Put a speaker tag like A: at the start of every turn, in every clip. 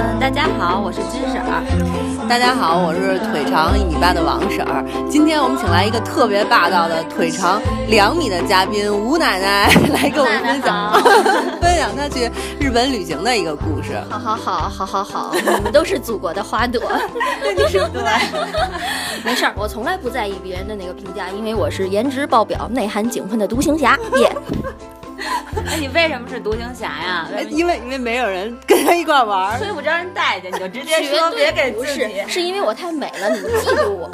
A: 嗯，大家好，我是芝婶儿。
B: 大家好，我是腿长一米八的王婶儿。今天我们请来一个特别霸道的腿长两米的嘉宾吴奶奶来跟我们分享
A: 吴
B: 分享她去日本旅行的一个故事。
A: 好好好好好好，我们都是祖国的花朵。
B: 你是对，
A: 没事儿，我从来不在意别人的那个评价，因为我是颜值爆表、内涵井喷的独行侠。 耶、
C: 哎，你为什么是独行侠呀？为什么
B: 因为因为没有人跟她一块儿玩儿。
C: 推不招人待见，你就直接
A: 绝
C: 说，别
A: 对
C: 给
A: 不
C: 自
A: 是
C: 己，，
A: 是因为我太美了，你们 嫉妒我。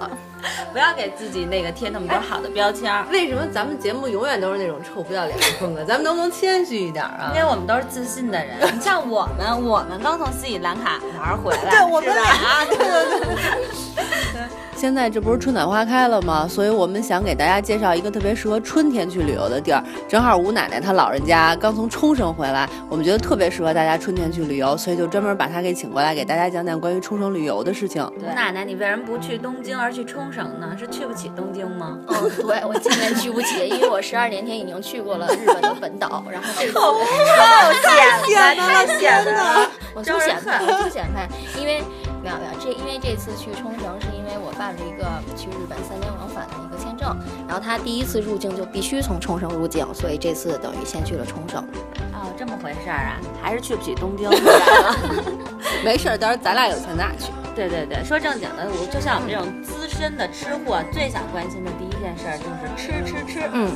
C: 不要给自己那个贴那么多好的标签儿，
B: 为什么咱们节目永远都是那种臭不要脸的风格？咱们能不能谦虚一点啊
C: 因为我们都是自信的人。你像我们，我们刚从斯里兰卡玩儿回来，
B: 对 我们
C: 是吧
B: 俩，对对对。现在这不是春暖花开了吗？所以我们想给大家介绍一个特别适合春天去旅游的地儿。正好吴奶奶她老人家刚从冲绳回来，我们觉得特别适合大家春天去旅游，所以就专门把她给请过来，给大家讲讲关于冲绳旅游的事 情。
C: 吴奶奶，你为什么不去东京而去冲绳呢？是去不起东京吗？
A: 嗯，对，我今年去不起，因为我十二年前已经去过了日本的本岛，然后这次
C: 太显
B: 了太
C: 显了！
A: 我
C: 招
A: 就
C: 人
A: 显摆，
C: 恨
A: 我就显摆，因为没有没有这，因为这次去冲绳是因为我办了一个去日本三年往返的一个签证，然后他第一次入境就必须从冲绳入境，所以这次等于先去了冲绳。
C: 哦，这么回事儿啊，还是去不起东 京回来了。
B: 没事儿，到时候咱俩有钱咱俩去。
C: 对对对，说正经的，我就像我们这种资深的吃货，最想关心的第一件事儿就是吃吃吃。
A: 嗯，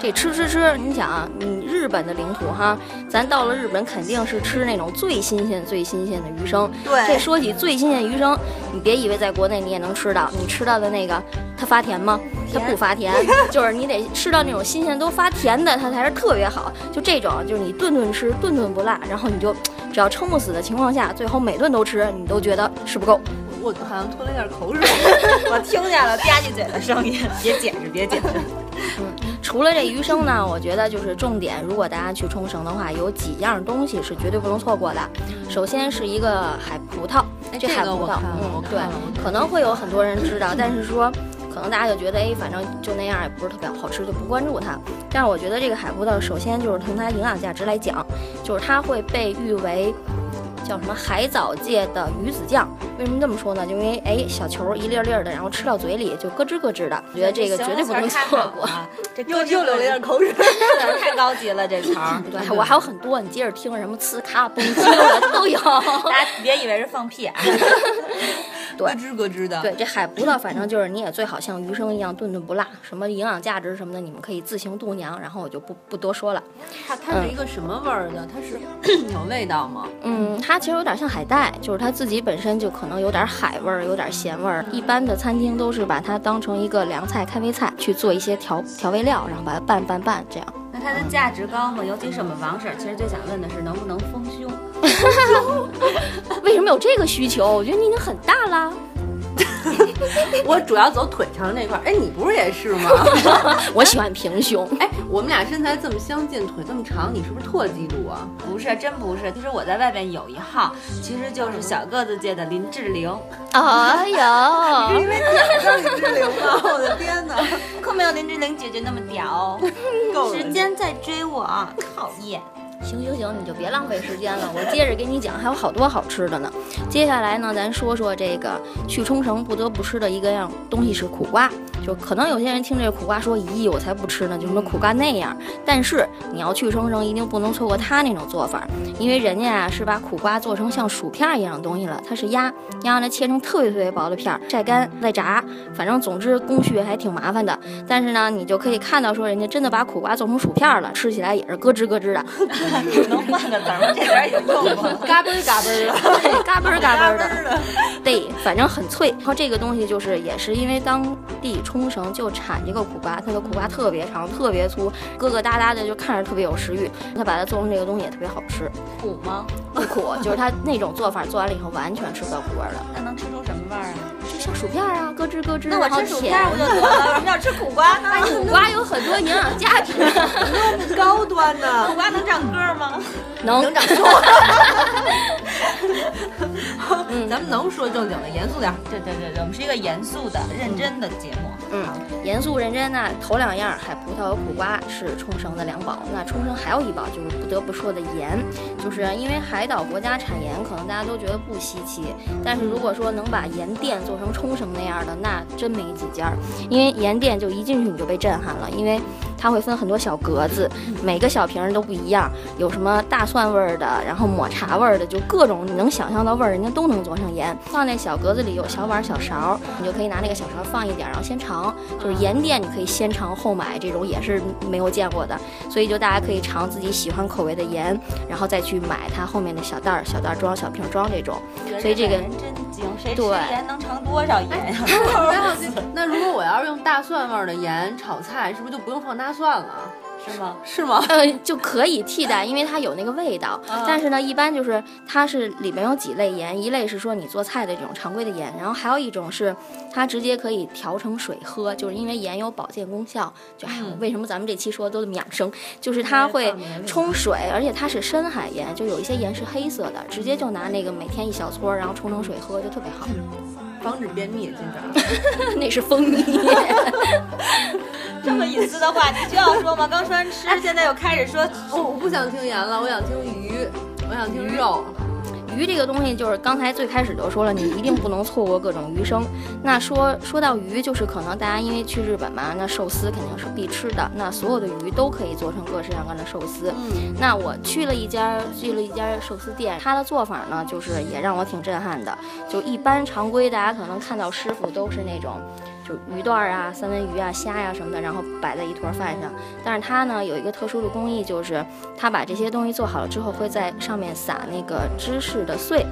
A: 这吃吃吃，你想啊，你日本的领土哈，咱到了日本肯定是吃那种最新鲜、最新鲜的鱼生。
C: 对
A: 这说起最新鲜鱼生，你别以为在国内你也能吃到，你吃到的那个它发甜吗？它不发甜，就是你得吃到那种新鲜都发甜的，它才是特别好。就这种，就是你顿顿吃，顿顿不落，然后你就只要撑不死的情况下，最后每顿都吃，你都觉得吃不够。
B: 我好像吞了点口水。
C: 我听见了吧唧嘴的声音，别解释，别解释。
A: 除了这鱼生呢，我觉得就是重点，如果大家去冲绳的话，有几样东西是绝对不能错过的。首先是一个海葡萄，
B: 哎
A: 这
B: 这
A: 海
B: 个
A: 葡
B: 我
A: 萄
B: 看了，我
A: 嗯，
B: 看
A: 对
B: 了我，
A: 可能会有很多人知道，但是说。可能大家就觉得，哎，反正就那样，也不是特别好吃，就不关注它。但是我觉得这个海葡萄，首先就是从它营养价值来讲，就是它会被誉为叫什么海藻界的鱼子酱。为什么这么说呢？就因为哎，小球一粒儿粒儿的，然后吃到嘴里就咯吱咯吱的，我觉得这个绝对不能错过。
C: 这
B: 又又流了点口水。
C: 水，太高级了这词 儿。
A: 对我还有很多，你接着听什么呲咔嘣 啾的都有。
C: 大家别以为是放 屁啊！
A: 对
B: 咯吱咯吱的。
A: 对，这海葡萄反正就是你也最好像余生一样顿顿不落，什么营养价值什么的，你们可以自行度量，然后我就不不多说了。
B: 它它是一个什么味儿的？它 是有味道吗？
A: 嗯，它其实有点像海带，就是它自己本身就可能有点海味儿，有点咸味儿。一般的餐厅都是把它当成一个凉菜、开胃菜去做一些调调味料，然后把它拌拌拌这样。
C: 那它的价值高吗？尤其是我们王婶儿，其实最想问的是能不能丰胸。
A: 为什么有这个需求？我觉得你已经很大啦。
B: 我主要走腿长这块儿。哎，你不是也是 吗？
A: 我喜欢平胸。
B: 哎，我们俩身材这么相近，腿这么长，你是不是特嫉妒啊？
C: 不是，真不是。其实我在外边有一号，其实就是小个子界的林志玲。
A: 哎呦，
B: 因为腿上是支流吗？我的天 哪，
C: 可没有林志玲姐姐那么屌，
B: 够
C: 时间在追我，讨厌。
A: 行行行，你就别浪费时间了，我接着给你讲，还有好多好吃的呢。接下来呢，咱说说这个去冲绳不得不吃的一个样东西是苦瓜，就可能有些人听这个苦瓜说，咦，我才不吃呢，就什么苦瓜那样。但是你要去冲绳，一定不能错过他那种做法，因为人家啊是把苦瓜做成像薯片儿一样的东西了，它是压压完了切成特别特别薄的片儿，晒干再炸，反正总之工序还挺麻烦的。但是呢，你就可以看到说人家真的把苦瓜做成薯片儿了，吃起来也是咯吱咯吱的。
C: 能换个词儿吗？这词儿已经用过了。
B: 嘎嘣嘎嘣的。
A: 对，嘎嘣儿嘎嘣
B: 嘎
A: 儿
B: 嘣儿
A: 的，对，反正很脆。然后这个东西就是也是因为当地冲绳就产这个苦瓜，它的苦瓜特别长，特别粗，疙疙瘩瘩的，就看着特别有食欲。它把它做成这个东西也特别好吃，
C: 苦吗？
A: 不苦， 就是它那种做法做完了以后完全吃不到苦味儿了，
C: 那能吃出什么味儿啊？
A: 就像薯片儿啊，咯吱咯吱，
C: 那我
A: 然后
C: 吃薯片
A: 甜
C: 我就得了，为什么要吃苦瓜呢？
A: 苦瓜有很多营养价值，
B: 高端呢、
C: 苦瓜能长个儿吗？
A: 能长嗯
D: 咱们能说正经的，严肃点儿。
C: 对对对对，我们是一个严肃的、认真的节目。
A: 嗯
C: 好，
A: 严肃认真那头两样海葡萄和苦瓜是冲绳的两宝，那冲绳还有一宝就是不得不说的盐，就是因为海岛国家产盐，可能大家都觉得不稀奇，但是如果说能把盐店做成冲绳那样的，那真没几家儿，因为盐店就一进去你就被震撼了，因为它会分很多小格子，每个小瓶儿都不一样，有什么大蒜味儿的，然后抹茶味儿的，就各种你能想象到味儿，人家都能做成盐。放那小格子里有小碗儿、小勺儿，你就可以拿那个小勺儿放一点儿，然后先尝。就是盐店，你可以先尝后买，这种也是没有见过的，所以就大家可以尝自己喜欢口味的盐，然后再去买它后面的小袋儿、小袋儿装、小瓶儿装这种。所以这个
C: 人真精，谁吃
A: 对
C: 盐能尝多少盐呀？
B: 那如果我要是用大蒜味儿的盐炒菜，是不是就不用放大蒜了？
C: 是吗？
B: 是吗？
A: 呃，就可以替代，因为它有那个味道。但是呢，一般就是它是里面有几类盐，一类是说你做菜的这种常规的盐，然后还有一种是它直接可以调成水喝，就是因为盐有保健功效。就哎呀，为什么咱们这期说的都这么养生？就是它会冲水，而且它是深海盐，就有一些盐是黑色的，直接就拿那个每天一小撮儿，然后冲成水喝，就特别好。
B: 防止便秘，这个
A: 那是蜂蜜。
C: 这么隐私的话，你就要说吗？刚说完吃，现在又开始说
B: 哦，我不想听盐了，我想听鱼，我想听肉。
A: 鱼这个东西，就是刚才最开始就说了，你一定不能错过各种鱼生。那说说到鱼，就是可能大家因为去日本嘛，那寿司肯定是必吃的，那所有的鱼都可以做成各式各样的寿司。
B: 嗯，
A: 那我去了一家去了一家寿司店，它的做法呢，就是也让我挺震撼的。就一般常规，大家可能看到师傅都是那种，就鱼段儿啊、三文鱼啊、虾呀、什么的，然后摆在一坨饭上。但是它呢有一个特殊的工艺，就是它把这些东西做好了之后，会在上面撒那个芝士的碎。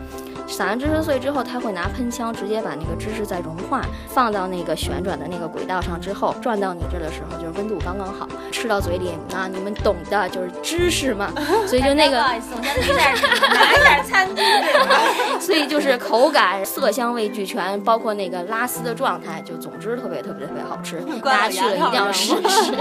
A: 撒完芝士碎之后，它会拿喷枪直接把那个芝士再融化，放到那个旋转的那个轨道上之后，转到你这儿的时候，就是温度刚刚好，吃到嘴里啊，你们懂的，就是芝士嘛，所以就那
C: 不
A: 个
C: 好意思，我先拿点拿一点餐具。
A: 所以就是口感、色香味俱全，包括那个拉丝的状态，就总之特别特别特别好吃。大家去了一定要试试。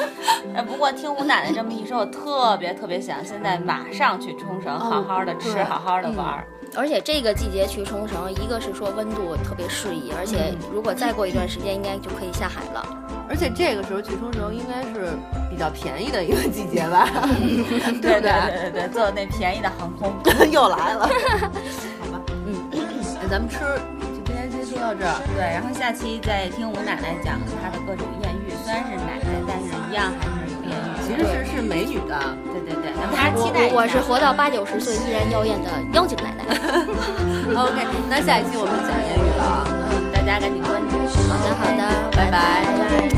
C: 哎，不过听吴奶奶这么一说，我特别特别想现在马上去冲绳，好好的吃，
B: 对
C: 好好的玩儿。
A: 而且这个季节去冲绳，一个是说温度特别适宜，而且如果再过一段时间，应该就可以下海了。
B: 而且这个时候去冲绳应该是比较便宜的一个季节 吧，
C: 对对
B: 对不
C: 对对，坐那便宜的航空。
B: 对？ 又来了，好吧，嗯，那咱们吃就今天先说到这儿。
C: 对，然后下期再听吴奶奶讲她的各种艳遇，虽然是奶奶，但是一样还是有艳遇。
B: 其实是是美女的，
C: 对对对，咱们还是期待一下。
A: 我我是活到八九十岁依然妖艳的妖精奶奶。
B: OK，那下一期我们讲言语了啊，
C: 大家赶紧关注。
A: 好的，好的，
B: 拜拜
A: 拜拜